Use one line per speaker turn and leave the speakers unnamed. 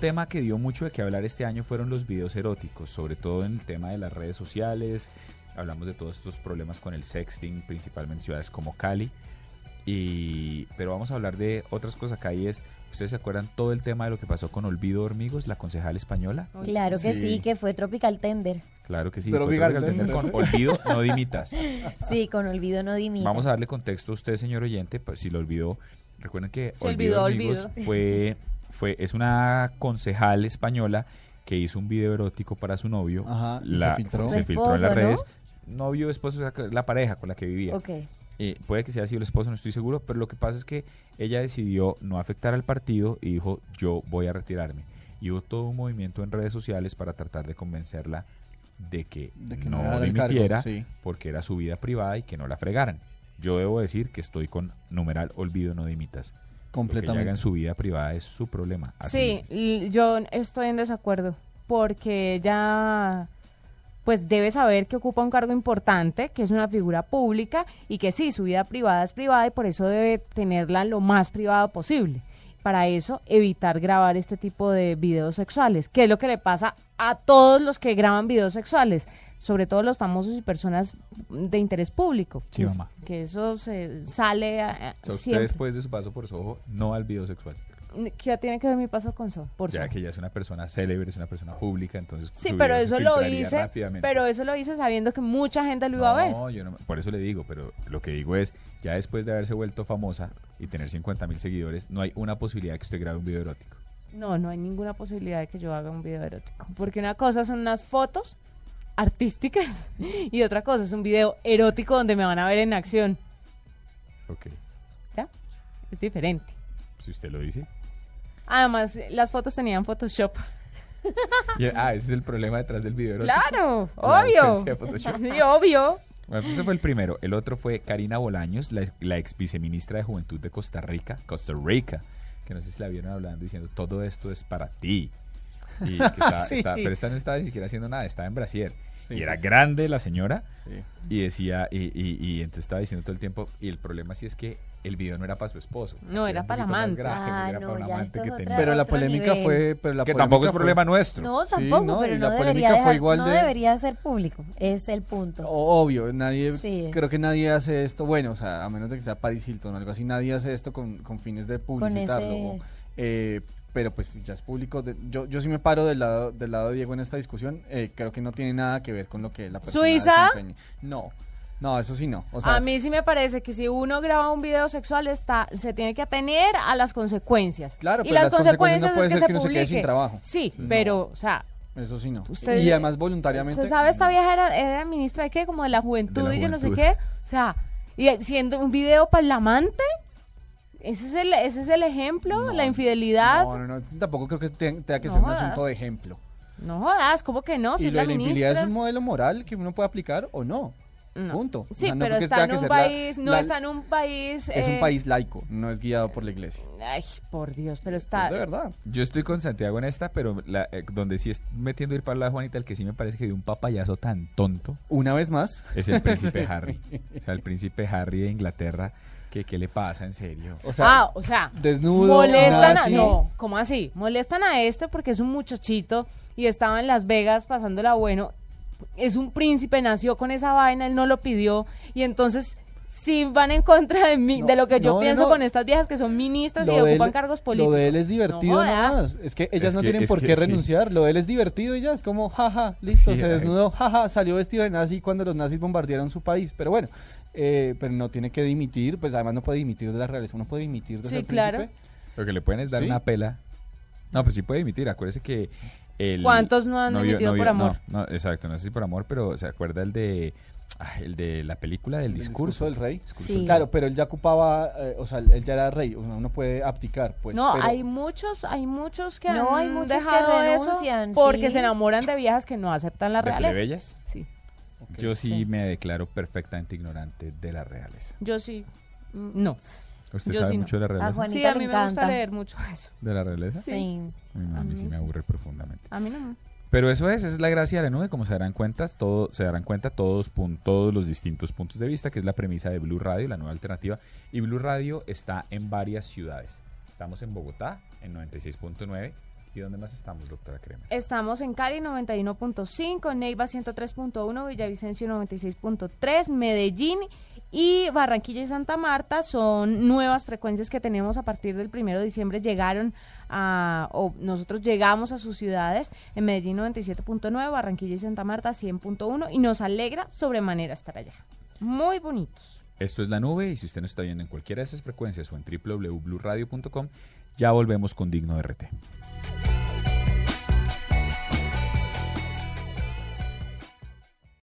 tema que dio mucho de qué hablar este año fueron los videos eróticos, sobre todo en el tema de las redes sociales. Hablamos de todos estos problemas con el sexting, principalmente en ciudades como Cali. Y, pero vamos a hablar de otras cosas acá y es, ¿ustedes se acuerdan todo el tema de lo que pasó con Olvido Hormigos, la concejal española?
Claro que sí,
Sí.
que fue Tropical Tender.
Claro que sí.
Pero
fue
diga-
Tropical Tender con Olvido, no dimitas.
Sí, con Olvido no dimita.
Vamos a darle contexto a usted, señor oyente, pues, si lo olvidó. Recuerden que
Se olvidó,
Amigos
olvidó.
Fue, fue, es una concejal española que hizo un video erótico para su novio.
Ajá, y
La-
se filtró.
se
Su
filtró en
esposo,
las
¿no?
redes. Novio, esposo, la- la pareja con la que vivía.
Ok.
Eh, puede que sea sido el esposo, no estoy seguro, pero lo que pasa es que ella decidió no afectar al partido y dijo, yo voy a retirarme. Y hubo todo un movimiento en redes sociales para tratar de convencerla de que,
De que no
no,
dejara el cargo,
dimitiera
sí.
porque era su vida privada y que no la fregaran. Yo debo decir que estoy con numeral olvido no dimitas. Lo que ella haga en
Completamente.
su vida privada es su problema. Así
Sí, l- yo estoy en desacuerdo porque ella pues debe saber que ocupa un cargo importante, que es una figura pública y que sí, su vida privada es privada y por eso debe tenerla lo más privada posible. Para eso, evitar grabar este tipo de videos sexuales, que es lo que le pasa a todos los que graban videos sexuales, sobre todo los famosos y personas de interés público.
Sí,
que es-
mamá.
Que eso se sale a- a-
O sea, usted
siempre.
después de su paso por Soho, no al video sexual.
¿Qué tiene que ver mi paso con eso? Por
ya
favor.
que ella es una persona célebre, es una persona pública, entonces...
Sí,
su
pero
video se
eso lo
filtraría
hice,
rápidamente.
pero eso lo hice sabiendo que mucha gente lo iba a ver.
No, yo no, me- por eso le digo, pero lo que digo es, ya después de haberse vuelto famosa y tener 50 mil seguidores, no hay una posibilidad que usted grabe un video erótico.
No, no hay ninguna posibilidad de que yo haga un video erótico, porque una cosa son unas fotos artísticas y otra cosa es un video erótico donde me van a ver en acción,
Ok,
¿ya? Es diferente.
si usted lo dice.
Además, las fotos tenían Photoshop.
Y- ah, ese es el problema detrás del video erótico.
Claro,
La
obvio.
ausencia de Photoshop.
Sí, obvio.
Bueno, ese fue el primero. El otro fue Karina Bolaños, la, la ex viceministra de Juventud de Costa Rica, Costa Rica, que no sé si la vieron hablando diciendo, todo esto es para ti. Y que está-
Sí.
está- pero esta no estaba ni siquiera haciendo nada, estaba en Brasier.
Sí,
y
sí,
era
sí.
grande la señora.
Sí.
Y decía, y, y, y entonces estaba diciendo todo el tiempo, y el problema sí es que el video no era para su esposo.
No, era
un
para la
poquito más
amante.
grave, porque
Ah,
era
no,
para la
ya
amante
esto
que
es
tenía.
otra-
Pero la
otro
polémica
nivel.
fue... Pero la
que tampoco es
polémica fue-
problema nuestro.
No,
Sí,
tampoco,
no, y
pero
la
no debería
polémica fue
dejar-
igual
no
de- Oh,
debería ser público. Es el punto.
O- Obvio, nadie,
Sí.
creo que nadie hace esto, bueno, o sea, a menos de que sea Paris Hilton o algo así, nadie hace esto con, con fines de publicitarlo.
ese-
eh, pero pues si ya es público, de- yo, yo sí me paro del lado, del lado de Diego en esta discusión, eh, creo que no tiene nada que ver con lo que la persona
¿Suiza? Ah,
desempeñe. No, no, eso sí no. O sea,
a mí sí me parece que si uno graba un video sexual está, se tiene que atener a las consecuencias.
Claro,
y
pero
las,
las
consecuencias
consecuencias no puede
es que,
ser
se
que uno se quede
publique.
sin trabajo.
Sí,
Sí.
pero, o sea,
eso sí no.
Usted-
y además voluntariamente...
usted sabe, esta
no.
vieja era, era ministra de qué, como de la juventud
De la
y yo no sé
juventud.
qué. O sea, y siendo un video para el amante, ese es el, ese es el ejemplo,
No,
la infidelidad.
No,
No,
no, no, tampoco creo que te- tenga, que
No
ser un
jodas.
asunto de ejemplo.
jodas, ¿cómo que no? Si
y
es
lo
la
de la infidelidad es
ministra.
un modelo moral que uno puede aplicar o no.
No.
Punto. O
Sí,
sea, no
pero
porque
está
tenga
en
que
un
ser la-
país, no
la-
está en un país.
Es un
eh,
país laico, no es guiado por la iglesia.
Ay, por Dios, pero está.
Es de verdad.
Yo estoy con Santiago en esta, pero la- eh, donde sí es metiendo ir para la Juanita, el que sí me parece que dio un papayazo tan tonto
Una vez más.
es el príncipe Harry. O sea, el príncipe Harry de Inglaterra, que qué le pasa en serio.
O sea,
ah, o sea,
desnudo.
molestan
nada
a,
así.
no, ¿cómo así? Molestan a este porque es un muchachito y estaba en Las Vegas pasándola bueno. Es un príncipe, nació con esa vaina, él no lo pidió y entonces si van en contra de mí,
No,
de lo que yo
no, no,
pienso
no.
con estas viejas que son ministras y
Lo de
ocupan
él-
cargos políticos.
Lo de él es divertido
No
nada
jodas.
más. Es que ellas
Es
no
que-
tienen
es
por
que
qué
sí.
renunciar. Lo de él es divertido y ya es como, jaja, listo,
Sí,
se
ay.
desnudó, jaja, salió vestido de nazi cuando los nazis bombardearon su país. Pero bueno, eh, pero no tiene que dimitir, pues además no puede dimitir de la realeza, uno puede dimitir de
Sí,
ser
claro.
príncipe.
Lo que le pueden es dar
Sí.
una pela. No, pues sí puede dimitir. Acuérdese que. El,
¿Cuántos no han
vio-
dimitido
vio-
por amor?
No, no, exacto, no sé si por amor, pero se acuerda el de. ay, el de la película del
El
discurso.
discurso del rey.
Discurso
Sí.
del-
Claro, pero él ya ocupaba, eh, o sea, él ya era rey, uno uno puede abdicar, pues.
no,
pero-
hay muchos, hay muchos que
No,
han
hay muchos que
dejado eso
renuncian,
porque
sí.
se enamoran de viejas que no aceptan la
¿De
realidad.
plebeyas?
Sí,
Yo sí, me declaro perfectamente ignorante de la realeza.
yo sí. Mm, No.
¿Usted
Yo
sabe
sí no.
mucho de la
Ah,
realeza?
Juanita
Sí, a
le
mí me gusta
encanta.
leer mucho eso.
¿De la realeza?
Sí.
Mi mamá, Mm, a mí sí
Ujú.
me aburre profundamente.
A mí no.
Pero eso es, esa es la gracia de la nube, como se darán cuentas, todo, se darán cuenta todos, pun- todos los distintos puntos de vista, que es la premisa de Blue Radio, la nueva alternativa. Y Blue Radio está en varias ciudades. Estamos en Bogotá, en 96.9, y ¿Y dónde más estamos, doctora Kremer?
Estamos en Cali 91.5, Neiva 103.1, Villavicencio 96.3, Medellín y Barranquilla y Santa Marta son nuevas frecuencias que tenemos a partir del 1 de diciembre. Llegaron a, o nosotros llegamos a sus ciudades en Medellín 97.9, Barranquilla y Santa Marta 100.1 y nos alegra sobremanera estar allá. Muy bonitos.
Esto es La Nube y si usted nos está viendo en cualquiera de esas frecuencias o en www.bluradio.com, ya volvemos con Digno RT.